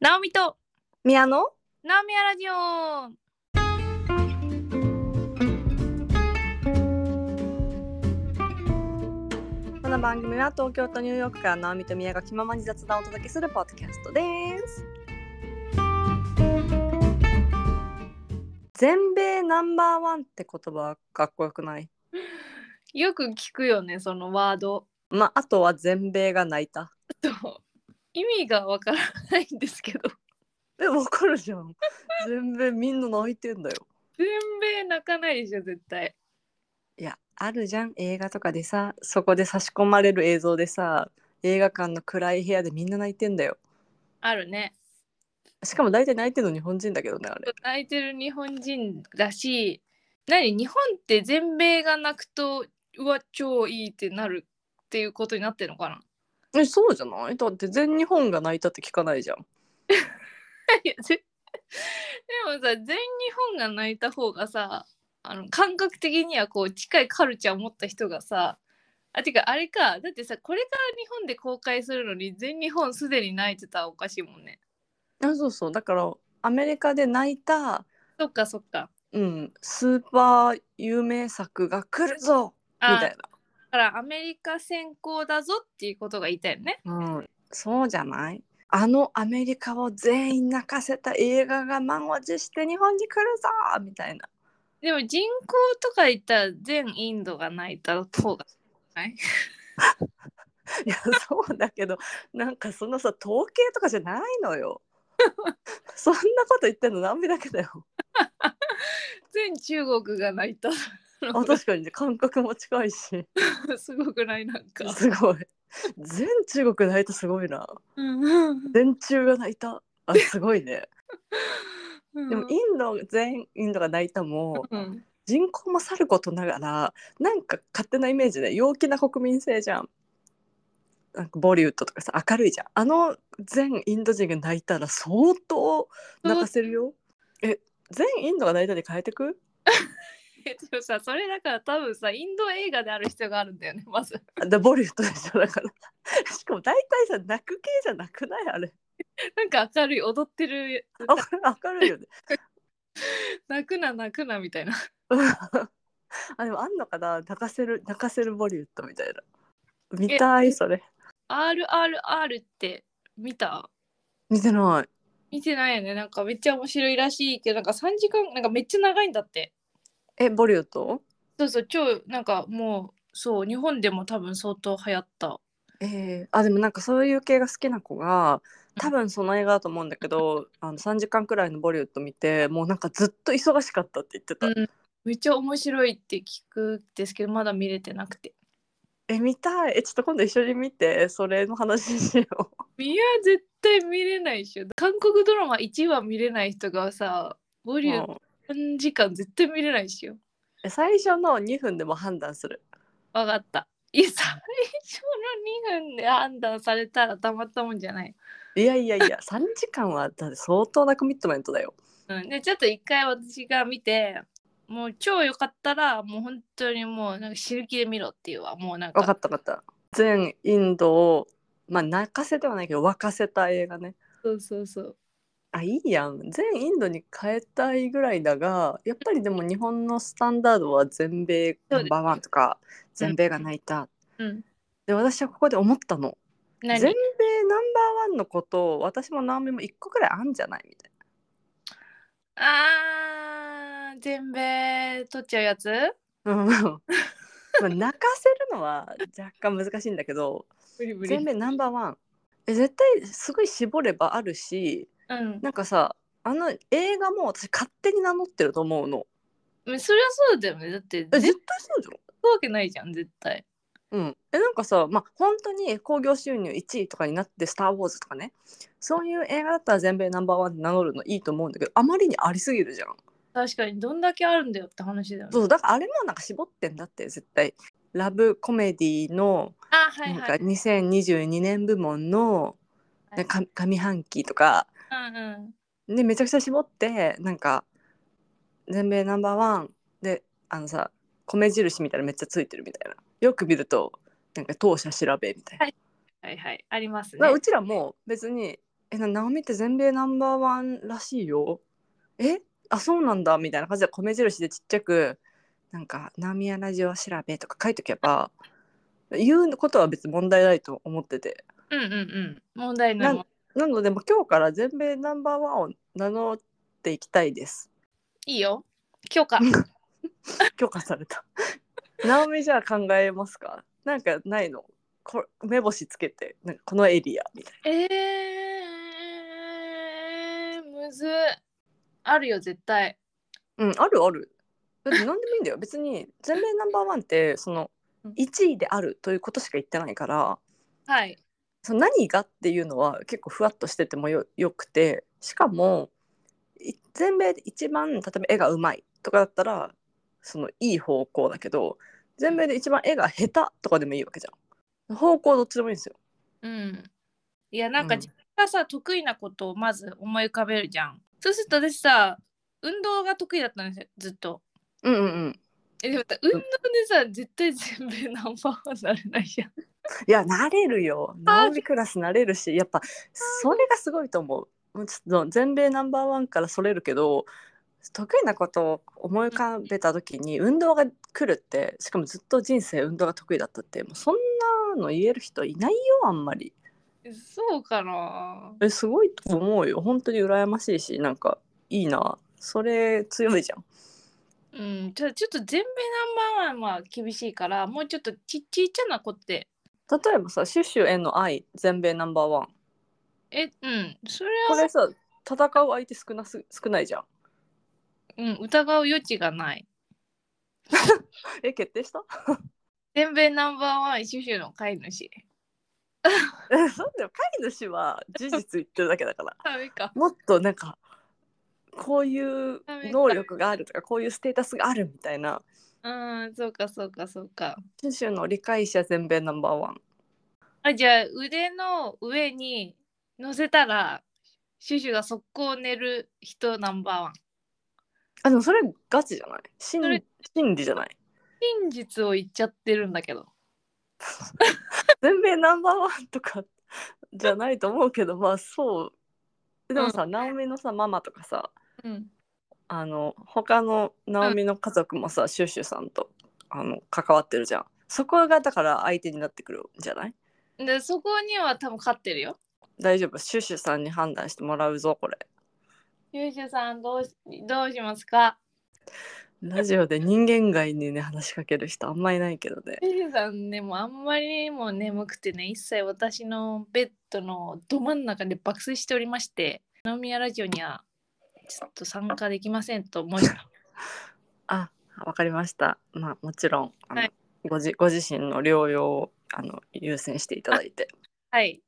ナオミと宮野ナオミアラジオこの番組は東京とニューヨークから直美と宮が気ままに雑談をお届けするポッドキャストです全米ナンバーワンって言葉かっこよくないよく聞くよねそのワードまああとは全米が泣いたと意味がわからないんですけどえわかるじゃん全米みんな泣いてんだよ全米泣かないでしょ絶対いやあるじゃん映画とかでさそこで差し込まれる映像でさ映画館の暗い部屋でみんな泣いてんだよあるねしかも大体泣いてるの日本人だけどねあれ泣いてる日本人だし何日本って全米が泣くとうわ超いいってなるっていうことになってるのかなえそうじゃないだって全日本が泣いたって聞かないじゃんいやぜでもさ全日本が泣いた方がさあの感覚的にはこう近いカルチャーを持った人がさあてかあれかだってさこれから日本で公開するのに全日本すでに泣いてたらおかしいもんねあそうそうだからアメリカで泣いた、そっかそっかうん、スーパー有名作が来るぞみあたいだからアメリカ先行だぞっていうことが言いたいよねな、うん、そうじゃないあのアメリカを全員泣かせた映画が満を持して日本に来るぞみたいなでも人口とか言ったら全インドが泣いた方がいや そうだけどなんかそのさ統計とかじゃないの よそんなこと言ってんの何美だけだ よ全中国が泣いたあ確かにね感覚も近いし すごくないなんか、 すごい全中国泣いたすごいなうん、全中が泣いたあすごいねでもイい、ンド全インドが泣いたもうん、人口もさることながらなんか勝手なイメージで陽気な国民性じゃん。なんかボリウッドとかさ明るいじゃんあの全インド人が泣いたら相当泣かせるよえ全インドが泣いたに変えてくえでもさそれだから多分さインド映画である必要があるんだよねまず あだボリウッドでしょだから しかも大体さ泣く系じゃなくないあれなんか明るい踊ってるあこれ明るいよね泣くな泣くなみたいな あでもあんのかな泣かせる泣かせるボリウッドみたいな見たいそれ RRR って見た見てない見てないよねなんかめっちゃ面白いらしいけどなんか3時間なんかめっちゃ長いんだってえボリウッドそうそう超なんかもうそう日本でも多分相当流行ったえー、あでもなんかそういう系が好きな子が多分その映画だと思うんだけどあの3時間くらいのボリウッド見てもうなんかずっと忙しかったって言ってた、うんめっちゃ面白いって聞くんですけどまだ見れてなくてえ見たいえちょっと今度一緒に見てそれの話しよういや絶対見れないでしょ韓国ドラマ1話見れない人がさボリュームもう3時間絶対見れないでしょえ最初の2分でも判断するわかったいや最初の2分で判断されたらたまったもんじゃない、いやいやいや3時間はだって相当なコミットメントだようん、でちょっと一回私が見てもう超良かったらもう本当にもうなんか死ぬ気で見ろっていうわもうなんか分かった分かった全インドをまあ泣かせてはないけど沸かせた映画ねそうそうそうあいいやん全インドに変えたいぐらいだがやっぱりでも日本のスタンダードは全米ナンバーワンとかす全米が泣いた、うんで私はここで思ったの全何米ナンバーワンのことを私も直美も1個くらいあんじゃないみたいあー全米取っちゃうやつな、うん まあ、泣かせるのは若干難しいんだけど無理無全米ナンバーワンえ絶対すごい絞ればあるしうんなんかさあの映画も私勝手に名乗ってると思うのうんそりゃそうだよねだってえ絶対絶対そうじゃんわけないじゃん絶対うん、えなんかさまあ本当に興行収入1位とかになって「スター・ウォーズ」とかねそういう映画だったら全米ナンバーワンで名乗るのいいと思うんだけどあまりにありすぎるじゃん確かにどんだけあるんだよって話だよねそうだからあれもなんか絞ってんだって絶対ラブコメディのあはないんはかい2022年部門のはいか上半期とかうんうんでめちゃくちゃ絞ってなんか全米ナンバーワンであのさ米印みたいなのめっちゃついてるみたいなよく見るとなんか当社調べみたいな。はいはいありますねまあ、うちらも別にえなナオミって全米ナンバーワンらしいよえあそうなんだみたいな感じで米印でちっちゃくなんか「ナオミやラジオ調べ」とか書いとけば言うことは別に問題ないと思っててうんうんうん。問題ないもん。なのでもう今日から全米ナンバーワンを名乗っていきたいですいいよ。許可。許可された ナオミじゃあ考えますかなんかないのこ目星つけてなんかこのエリアみたいえー、むずっ。あるよ、絶対。なうんあるあるだって何でもいいんだよ別に全米ナンバーワンってそのうん1位であるということしか言ってないからはい。その何がっていうのは結構ふわっとしててもよよくてしかもい全米で一番例えば絵がうまいとかだったらそのいい方向だけど全米で一番絵が下手とかでもいいわけじゃん方向どっちでもいいんですようん。いや、なんかうん自分がさ、得意なことをまず思い浮かべるじゃん。そうすると私さ、運動が得意だったんですよ、ずっと。うんうんうんえ、でもさ、運動でさ、絶対全米ナンバーワンになれないじゃん。いや慣れるよあーナオミクラス慣れるしやっぱそれがすごいと思うもうちょっと全米ナンバーワンからそれるけど得意なことを思い浮かべた時に運動が来るってしかもずっと人生運動が得意だったってもうそんなの言える人いないよあんまりそうかなえすごいと思うよ本当に羨ましいしなんかいいなそれ強いじゃんうん、じゃあちょっと全米ナンバーワンは厳しいからもうちょっとちちっちゃな子って例えばさ「シュッシュへの愛全米ナンバーワンえうんそれ」こは、れさ戦う相手少なす少ないじゃんうん、疑う余地がないえ決定した全米ナンバーワンシュシュの飼い主 えなんだよ飼い主は事実言ってるだけだからダメか もっとなんかこういう能力があるとかこういうステータスがあるみたいなうんそうかそうかそうかシュシュの理解者全米ナンバーワンあじゃあ腕の上に乗せたらシュシュが速攻寝る人ナンバーワンあでもそれガチじゃない心それ心理じゃない真実を言っちゃってるんだけど全米ナンバーワンとか じゃないと思うけどまあそうでもさ、ナオミのさママとかさうんあの他のナオミの家族もさ、シュシュさんとあの関わってるじゃんそこがだから相手になってくるんじゃないでそこには多分飼ってるよ大丈夫シュシュさんに判断してもらうぞこれシュシュさんどうしどうしますかラジオで人間外にね話しかける人あんまいないけどね。ペリさんねもうあんまりにも眠くてね一切私のベッドのど真ん中で爆睡しておりまして飲み屋ラジオにはちょっと参加できませんと申しあわかりました。まあもちろんあの、はいごじご自身の療養をあの優先していただいて。はい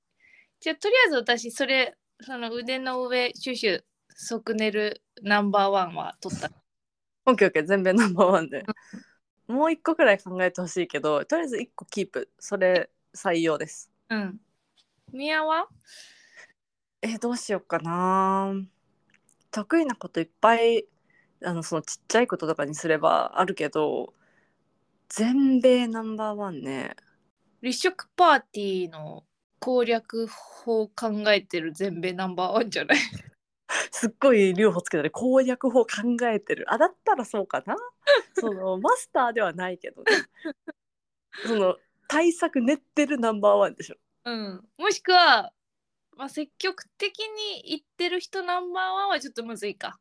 じゃあとりあえず私それその腕の上シュシュ即寝るナンバーワンは取ったオッケーオッケー全米ナンバーワンで。もう一個くらい考えてほしいけどとりあえず一個キープそれ採用です。うん宮はえどうしようかな。得意なこといっぱいあのそのちっちゃいこととかにすればあるけど全米ナンバーワンね。立食パーティーの攻略法を考えてる全米ナンバーワンじゃないすっごい両方つけたり攻略法考えてるあだったらそうかなそ のマスターではないけどねその対策練ってるナンバーワンでしょうんもしくは、まあ、積極的に言ってる人ナンバーワンはちょっとむずいか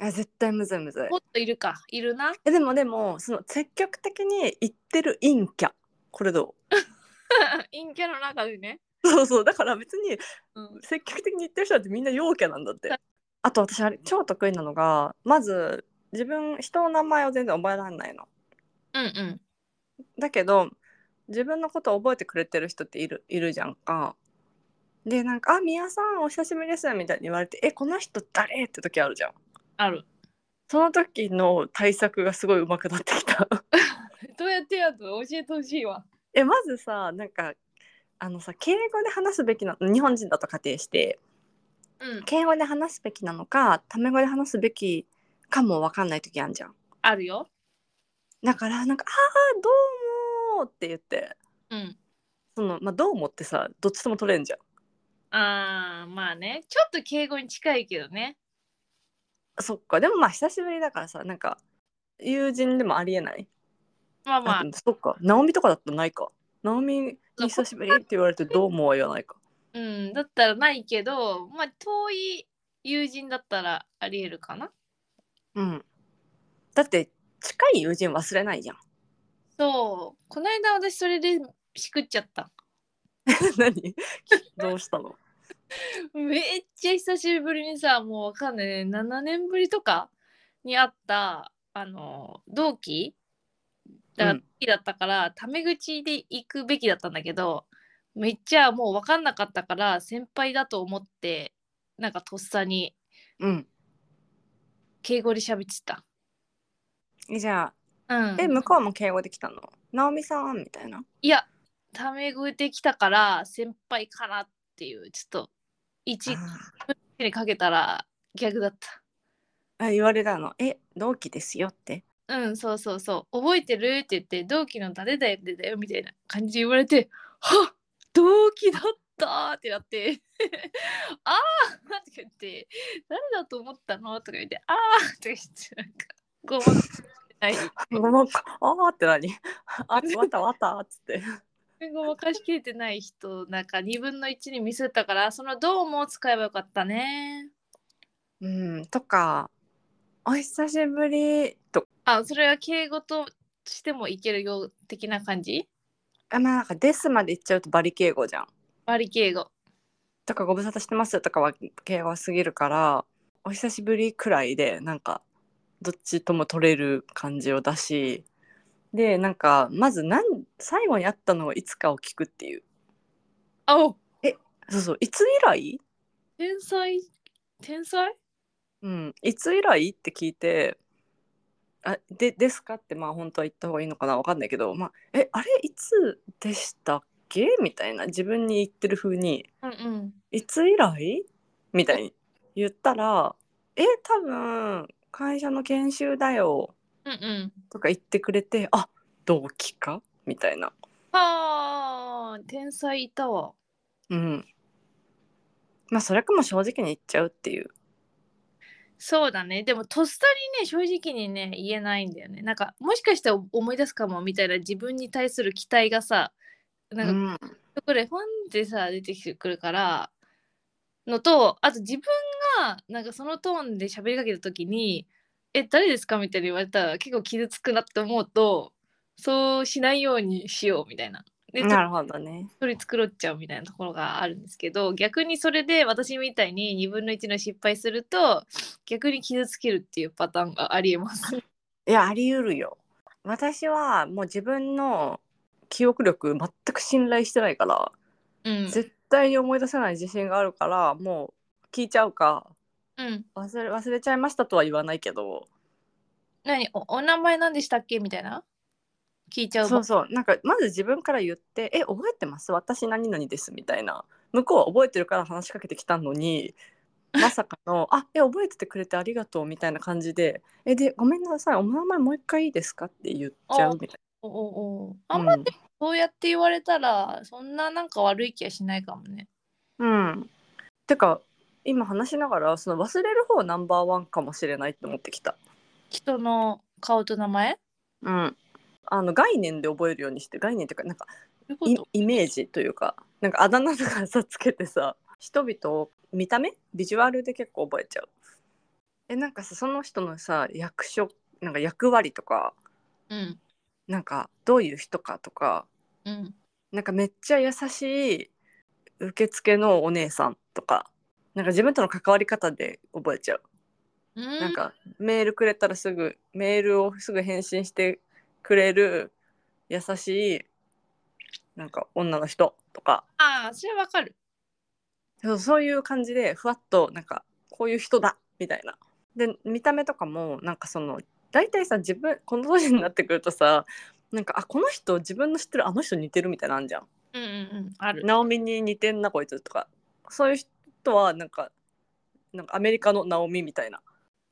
あ絶対むずいむずいもっといるか、いるな。えでもでもその積極的に言ってる陰キャこれど 陰キャの中でね。うそうそうだから別にうん。積極的に言ってる人だってみんな陽キャなんだってあと私あれ超得意なのがまず自分人の名前を全然覚えられないのうんうん。だけど自分のことを覚えてくれてる人っているいるじゃんか。でなんか「あ宮さんお久しぶりです」みたいに言われて「えこの人誰?」って時あるじゃん。ある。その時の対策がすごい上手くなってきた。 どうやってやるの教えてほしいわ。えまずさなんかあのさ敬語で話すべきな日本人だと仮定してうん。敬語で話すべきなのかタメ語で話すべきかも分かんない時あるじゃん。あるよ。だからなんか「ああーどうも」って言ってうん。その、まあ、どうもってさどっちとも取れんじゃん。あーまあねちょっと敬語に近いけどねそっかでもまあ久しぶりだからさなんか友人でもありえないまあまああでもそっか直美とかだったらないか直美に久しぶりって言われてどうもは言わないかうんだったらないけどまあ遠い友人だったらありえるかなうんだって近い友人忘れないじゃん そうこの間私それでしくっちゃった何 どうしたのめっちゃ久しぶりにさもうわかんないね7年ぶりとかに会ったあの同期だ,、うんだったからタメ口で行くべきだったんだけどめっちゃもう分かんなかったから先輩だと思ってなんかとっさにうん敬語で喋ってた。じゃうあん、え向こうも敬語できたの直美さんみたいないやタメ口できたから先輩かなっていうちょっと一手にかけたら逆だった。あ言われたの「え同期ですよ」ってうん、そうそうそう。覚えてるって言って、同期の誰だよ、誰だよ、みたいな感じで言われて、はっ同期だったってなって、 ああって言って、誰だと思ったのとか言って、ああって言って、なんか、ごまかしてない。 「 ごまかあー」って何「 あわたわた」っつってごまかしきれてない人、なんか2分の1にミスったから、そのどうもを使えばよかったね。うんとか「お久しぶり」とかあ、それは敬語としてもいけるよ、的な感じあまあなんか「です」まで言っちゃうとバリ敬語じゃん。割り敬語。とか「ご無沙汰してます」とかは敬語すぎるから「お久しぶり」くらいでなんかどっちとも取れる感じを出しでなんかまずなん最後に会ったのはいつかを聞くっていうあ、おそうそういつ以来天才天才うん、いつ以来って聞いて「あでですか?」ってまあ本当は言った方がいいのかなわかんないけど「まあ、えあれいつでしたっけ?」みたいな自分に言ってる風にうんうん。 「いつ以来?」みたいに言ったら「え多分会社の研修だようんうん。」とか言ってくれて「あ同期か?」みたいな。はあ、天才いたわ。うんまあそれかも正直に言っちゃうっていうそうだね。でも、とっさにね、正直にね、言えないんだよね。なんか、もしかして思い出すかもみたいな自分に対する期待がさ、なんか、うんそこでフォンってさ、出てきてくるから、のと、あと自分が、なんかそのトーンで喋りかけたときに、え、誰ですかみたいに言われたら、結構傷つくなって思うと、そうしないようにしようみたいな。でなるほどね。取り繕っちゃうみたいなところがあるんですけど逆にそれで私みたいに2分の1の失敗すると逆に傷つけるっていうパターンがありえます。いやあり得るよ私はもう自分の記憶力全く信頼してないから、うん、絶対に思い出せない自信があるからもう聞いちゃうかうん、忘れ忘れちゃいましたとは言わないけど何おお名前何でしたっけみたいな聞いちゃうそばうそうなんかまず自分から言って「え覚えてます私何々です」みたいな向こうは覚えてるから話しかけてきたの にまさかの「あえ覚えててくれてありがとう」みたいな感じで「えでごめんなさいお名前もう一回いいですか?」って言っちゃうみたいおおおな。あんまうんそうやって言われたら、そんななんか悪い気はしないかもね。うん。てか今話しながらその忘れる方ナンバーワンかもしれないって思ってきた。人の顔と名前うん。あの概念で覚えるようにして概念っていうかなんかどういうこイとイメージというかなんかあだ名とかさつけてさ人々を見た目ビジュアルで結構覚えちゃう。えなんかさその人のさ役所なんか役割とかうんなんかどういう人かとかうんなんかめっちゃ優しい受付のお姉さんとかなんか自分との関わり方で覚えちゃう。うんなんかメールくれたらすぐメールをすぐ返信してくれる優しいなんか女の人とかああそれわかる。そうそういう感じでふわっとなんかこういう人だみたいな。で見た目とかもなんかその大体さ自分この年になってくるとさなんかあこの人自分の知ってるあの人似てるみたいなのあんじゃん。うんうんうんある。ナオミに似てんなこいつとかそういう人はなんかなんかアメリカのナオミみたいな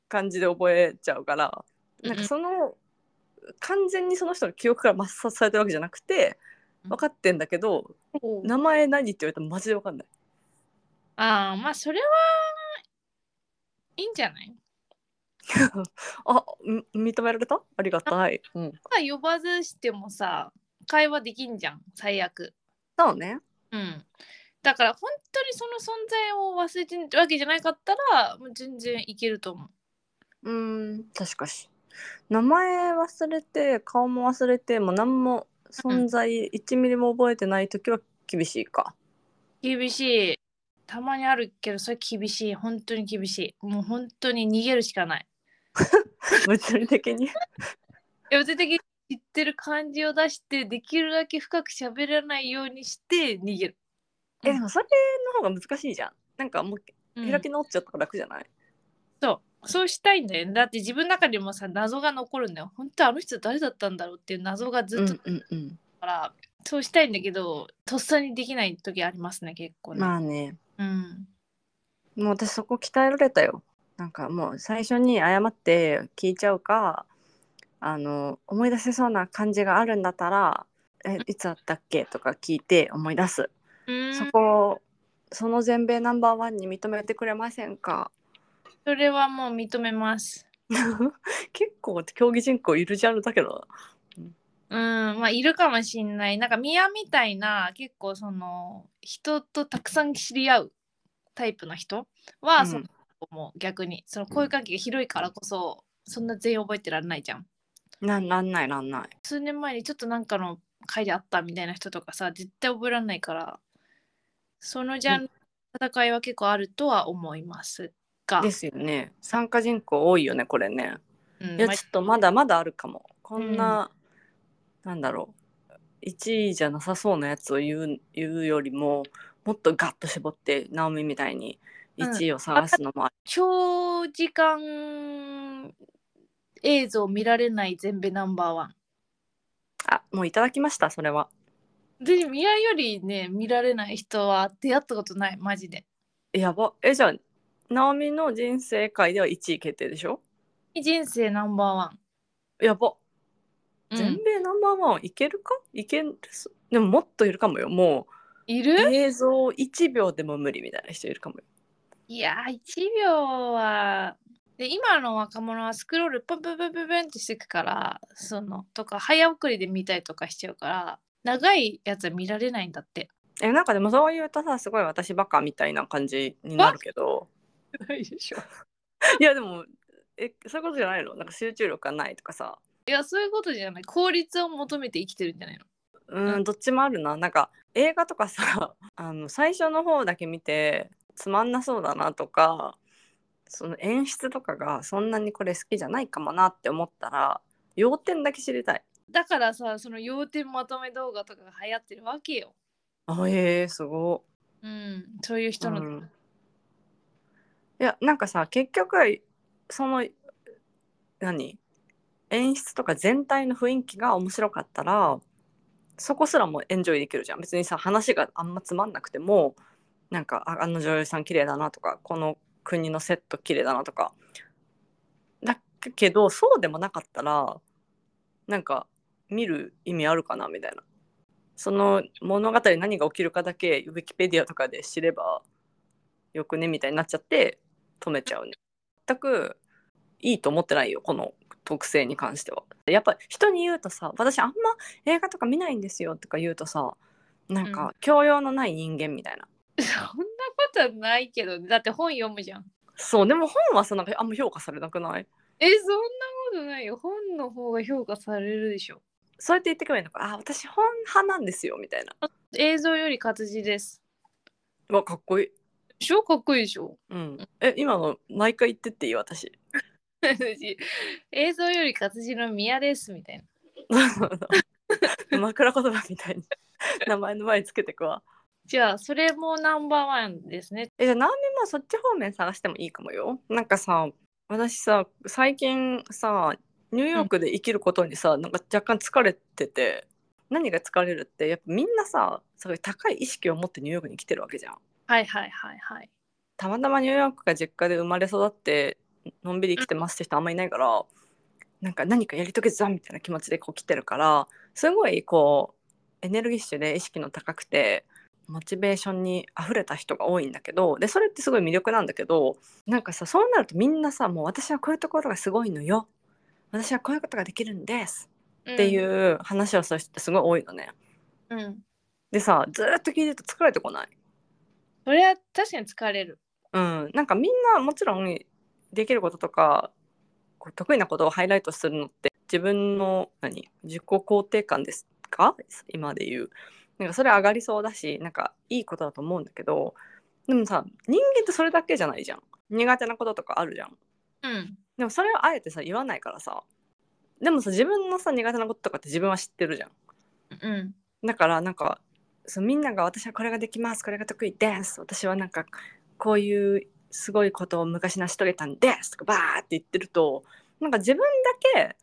感じで覚えちゃうから。なんかその完全にその人の記憶から抹殺されてるわけじゃなくてうん分かってんだけどうんうん名前何って言われたらマジで分かんないああまあそれはいいんじゃないあん認められたありがたい、うん、まあ呼ばずしてもさ会話できんじゃん最悪そうねうんだから本当にその存在を忘れてるわけじゃなかったらもう全然いけると思ううん確かし名前忘れて顔も忘れてもう何も存在1ミリも覚えてない時は厳しいか厳しいたまにあるけどそれ厳しい本当に厳しいもう本当に逃げるしかない物理的にいや物理的に知ってる感じを出してできるだけ深く喋らないようにして逃げる、えでもそれの方が難しいじゃんなんかもううん開き直っちゃったら楽じゃない、そうそうしたいんだよねだって自分の中でもさ謎が残るんだよ本当あの人誰だったんだろうっていう謎がずっとだうんうんから、そうしたいんだけどとっさにできない時ありますね結構ね、まあねうんもう私そこ鍛えられたよなんかもう最初に謝って聞いちゃうかあの思い出せそうな感じがあるんだったら「えいつあったっけ?」とか聞いて思い出すうーんそこをその全米ナンバーワンに認めてくれませんか それはもう認めます結構競技人口いるジャンルだけどうんまあいるかもしんないなんか宮みたいな結構その人とたくさん知り合うタイプの人は、うんそのもう逆にそのこういう関係が広いからこそそんな全員覚えてらんないじゃんななんないなんない数年前にちょっとなんかの回であったみたいな人とかさ絶対覚えられないからそのジャンルの戦いは結構あるとは思いますが、うんですよね参加人口多いよねこれねいやまあちょっとまだまだあるかもこんな、なんだろう1位じゃなさそうなやつを言う言うよりももっとガッと絞ってナオミみたいに1位を探すのもある、長時間映像見られない全米ナンバーワあもういただきましたそれはンで宮よりね見られない人は出会ったことないマジでやばえじゃあナオミの人生界では1位決定でしょ人生ナンバーワンやば、うん全米ナンバーワンいけるかいけるそでももっといるかもよもいうる映像1秒でも無理みたいな人いるかもよいやー1秒はで今の若者はスクロールポンポンポンポンポンってしていくからそのとか早送りで見たりとかしちゃうから長いやつは見られないんだって。えなんかでもそういうとさすごい私バカみたいな感じになるけど ないでしょ。 いやでもえそういうことじゃないのなんか集中力がないとかさいやそういうことじゃない効率を求めて生きてるんじゃないのうーんどっちもあるななんか映画とかさ あの最初の方だけ見てつまんなそうだなとかその演出とかがそんなにこれ好きじゃないかもなって思ったら要点だけ知りたい。だからさその要点まとめ動画とかが流行ってるわけよ。あへえすごうん そういうい、う人の、ん、いやなんかさ結局その何演出とか全体の雰囲気が面白かったらそこすらもエンジョイできるじゃん別にさ話があんまつまんなくてもなんかああの女優さん綺麗だなとかこの国のセット綺麗だなとかだけどそうでもなかったらなんか見る意味あるかなみたいなその物語何が起きるかだけウィキペディアとかで知ればよくねみたいになっちゃって止めちゃうね全くいいと思ってないよこの特性に関してはやっぱ人に言うとさ私あんま映画とか見ないんですよとか言うとさなんうんか教養のない人間みたいな、そんなことはないけどだって本読むじゃん。そうでも本はさなんかあんま評価されなくないえそんなことないよ本の方が評価されるでしょ。そうやって言ってくれるのかあ私本派なんですよみたいな映像より活字です。うわかっこいい、でしょかっこいいでしょ うん、え今の毎回言ってっていい私私映像より活字の宮ですみたいな。枕言葉みたいに名前の前につけてくわじゃあそれもナンバーワンですね。えじゃあ何でもそっち方面探してもいいかもよなんかさ私さ最近さニューヨークで生きることにさ、なんか若干疲れてて何が疲れるってやっぱみんなさすごい高い意識を持ってニューヨークに来てるわけじゃんはいはいはいはい。たまたまニューヨークが実家で生まれ育ってのんびり来てますって人あんまいないからなんか何かやり遂げざみたいな気持ちでこう来てるからすごいこうエネルギッシュで意識の高くてモチベーションに溢れた人が多いんだけどでそれってすごい魅力なんだけどなんかさそうなるとみんなさもう私はこういうところがすごいのよ私はこういうことができるんですっていうん。う話をする人ってすごい多いのね。うん。でさずーっと聞いてると疲れてこないそれは確かに疲れる。うん、なんかみんなもちろんできることとかこう得意なことをハイライトするのって自分の何自己肯定感ですか今で言うなんかそれ上がりそうだしなんかいいことだと思うんだけどでもさ人間ってそれだけじゃないじゃん苦手なこととかあるじゃんうん。でもそれをあえてさ言わないからさでもさ自分のさ苦手なこととかって自分は知ってるじゃんうん。だからなんかそうみんなが私はこれができますこれが得意です私はなんかこういうすごいことを昔成し遂げたんですとかバーって言ってるとなんか自分だけ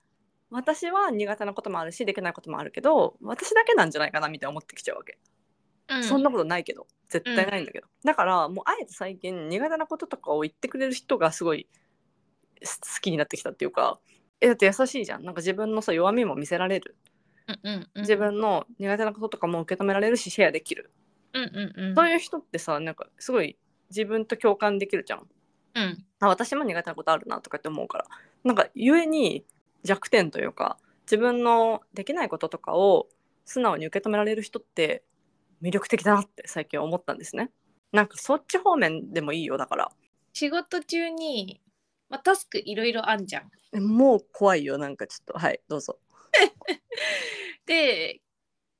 私は苦手なこともあるしできないこともあるけど私だけなんじゃないかなみたいな思ってきちゃうわけ、うん。そんなことないけど絶対ないんだけど、だからもうあえて最近苦手なこととかを言ってくれる人がすごいす好きになってきたっていうかえだって優しいじゃんなんか自分のさ弱みも見せられるうんうんうん。自分の苦手なこととかも受け止められるしシェアできる、うんうんうん。そういう人ってさなんかすごい自分と共感できるじゃんうん。あ私も苦手なことあるなとかって思うからなんか故に弱点というか自分のできないこととかを素直に受け止められる人って魅力的だなって最近思ったんですねなんかそっち方面でもいいよだから仕事中に、まあ、タスクいろいろあんじゃん。もう怖いよなんかちょっとはいどうぞで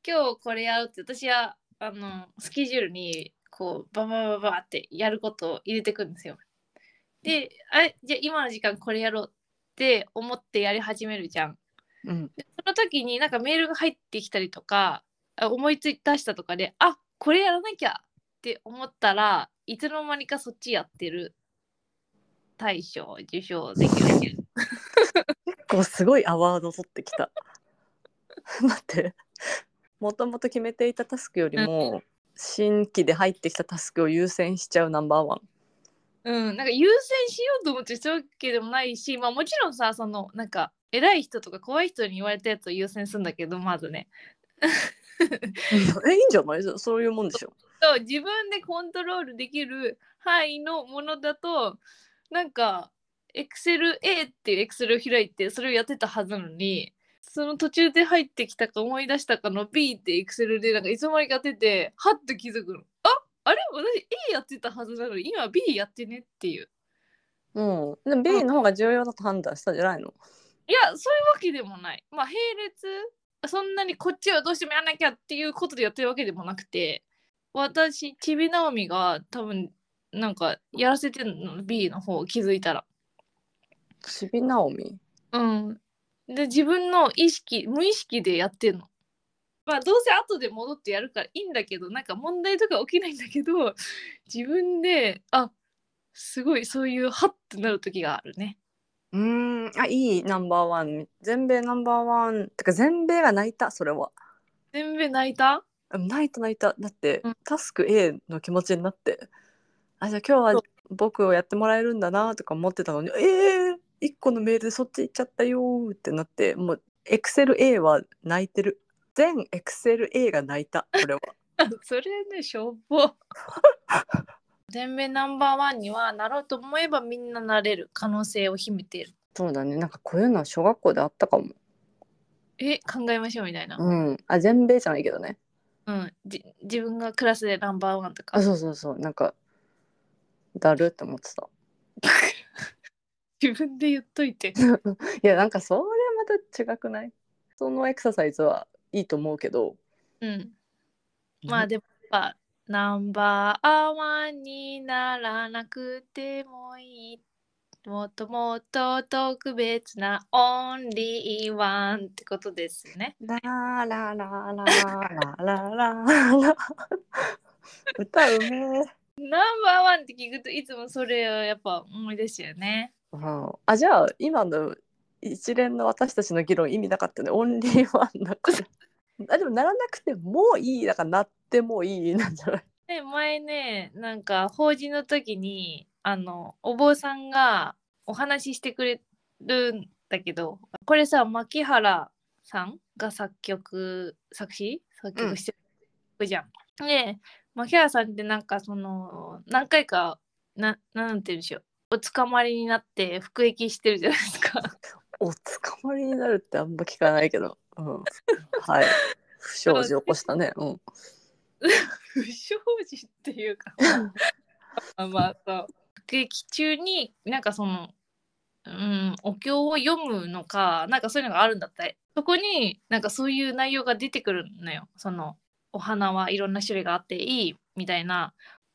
今日これやるって私はあのスケジュールにこうバババババってやることを入れてくんですよ。であじゃあ今の時間これやろうって思ってやり始めるじゃん。うんでその時になんかメールが入ってきたりとかあ思いつい出したとかであこれやらなきゃって思ったらいつの間にかそっちやってる大賞受賞できる。こうすごいアワード取ってきた 待ってもともと決めていたタスクよりも、新規で入ってきたタスクを優先しちゃうナンバーワンうん、なんか優先しようと思ってしたわけでもないし、まあ、もちろんさそのなんか偉い人とか怖い人に言われたやつを優先するんだけどまずねえいいんじゃないそういうもんでしょそう自分でコントロールできる範囲のものだとなんか XLA っていう Excel を開いてそれをやってたはずなのにその途中で入ってきたか思い出したかの B って Excel でなんかいつの間にかやっててはっと気づくのああれ私 A やってたはずなのに今 B やってねっていううんでも B の方が重要だと判断したんじゃないのいやそういうわけでもないまあ並列そんなにこっちをどうしてもやらなきゃっていうことでやってるわけでもなくて私ちびなおみが多分なんかやらせてるの B の方気づいたらちびなおみうんで自分の意識無意識でやってんのまあどうせ後で戻ってやるからいいんだけどなんか問題とか起きないんだけど自分であすごいそういうハッてなる時があるねうーんあいいナンバーワン全米ナンバーワンてか全米が泣いたそれは全部泣いたうん泣いた泣いただって、うんタスク A の気持ちになってあじゃあ今日そは僕をやってもらえるんだなとか思ってたのにえー、1個のメールでそっち行っちゃったよーってなってもう XLA は泣いてる全 XLA が泣いたこれは それね、しょぼ。全米ナンバーワンにはなろうと思えばみんななれる可能性を秘めている。 そうだねなんかこういうのは小学校であったかもえ、考えましょうみたいな。うんあ全米じゃないけどねうん、じ自分がクラスでナンバーワンとか。あそうそうそうなんかだるって思ってた自分で言っといて。いやなんかそれまた違くないそのエクササイズはいいと思うけどうん。まあでもやっぱナンバーワンにならなくてもいい。もっともっと特別なオンリーワンってことですね。ラーラーラーラーラーラーラー歌うね。ナンバーワンって聞くといつもそれをやっぱ思い出すよね。うんあじゃあ今の一連の私たちの議論意味なかったねオンリーワンだからあでもならなくてもいいだからなってもいいなんじゃないね、前ねなんか法事の時にあのお坊さんがお話ししてくれるんだけどこれさ牧原さんが作曲作詞作曲してるじゃん。でマキャラさんってなんかその何回かななんて言うんでしょうお捕まりになって服役してるじゃないですかお捕まりになるってあんま聞かないけど、うん、はい不祥事起こしたね、うん、不祥事っていうかまあまあそう服役中になんかそのうんお経を読むのかなんかそういうのがあるんだったりそこになんかそういう内容が出てくるのよそのお花はいろんな種類があっていいみたいな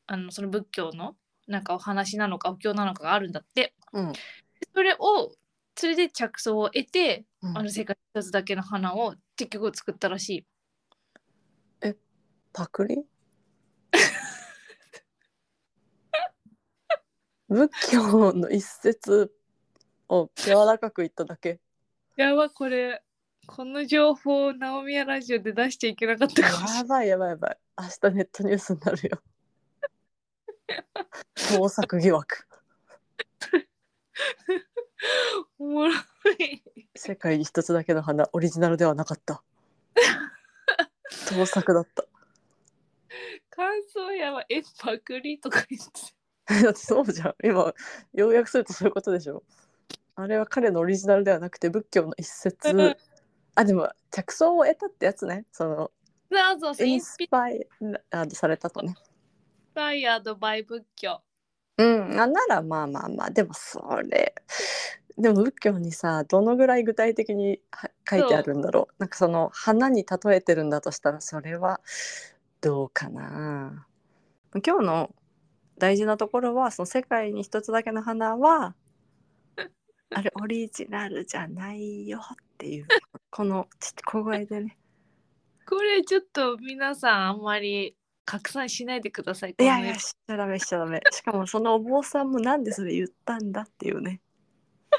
あのその仏教のなんかお話なのかお経なのかがあるんだってうんそれをそれで着想を得て、うんあの世界一つだけの花を結局作ったらしいパクリ 仏教の一節を柔らかく言っただけやばこれこの情報をナオミヤラジオで出しちゃいけなかったかもしれやばいやばいやばい明日ネットニュースになるよ盗作疑惑おもろい世界に一つだけの花オリジナルではなかった盗作だった感想やばいえパクリとか言って だってそうじゃん今要約するとそういうことでしょあれは彼のオリジナルではなくて仏教の一うん節あでも着想を得たってやつねそのそうそうそうイインンススピパイアされたとねライアードバイ仏教うんあならまあまあまあでもそれでも仏教にさどのぐらい具体的には書いてあるんだろうなんかその花に例えてるんだとしたらそれはどうかな今日の大事なところはその世界に一つだけの花 はあれオリジナルじゃないよっていうこのちょっと小声でねこれちょっと皆さんあんまり拡散しないでくださいいやいやこしちゃダメしちゃダメしかもそのお坊さんもなんでそれ言ったんだっていうね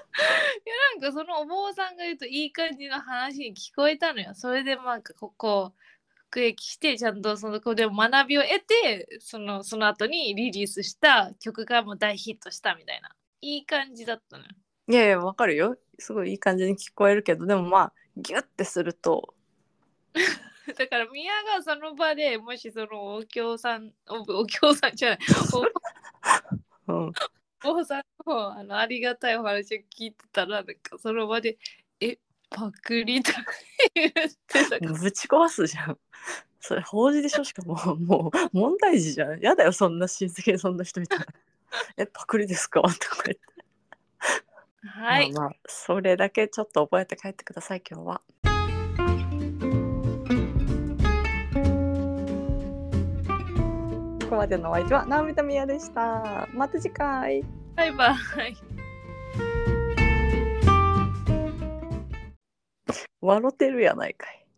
のなんかそのお坊さんが言うといい感じの話に聞こえたのよそれでなんかここ服役してちゃんとそのこで学びを得てそのその後にリリースした曲がもう大ヒットしたみたいないい感じだったのよいやいやわかるよすごいいい感じに聞こえるけどでもまあギュッてすると だから宮がその場でもしそのお経さんおお経さんじゃないうんお坊さんのあのありがたいお話を聞いてたらなんかその場で「えパクリ」とか言ってたからぶち壊すじゃんそれ法事でしょしかももう問題児じゃんやだよそんな親戚にそんな人いたら 「えパクリですか?」とか言って、はい、まあまあそれだけちょっと覚えて帰ってください今日はここまでのお相手は直美とみやでしたまた次回バイバイ。笑ってるやないかい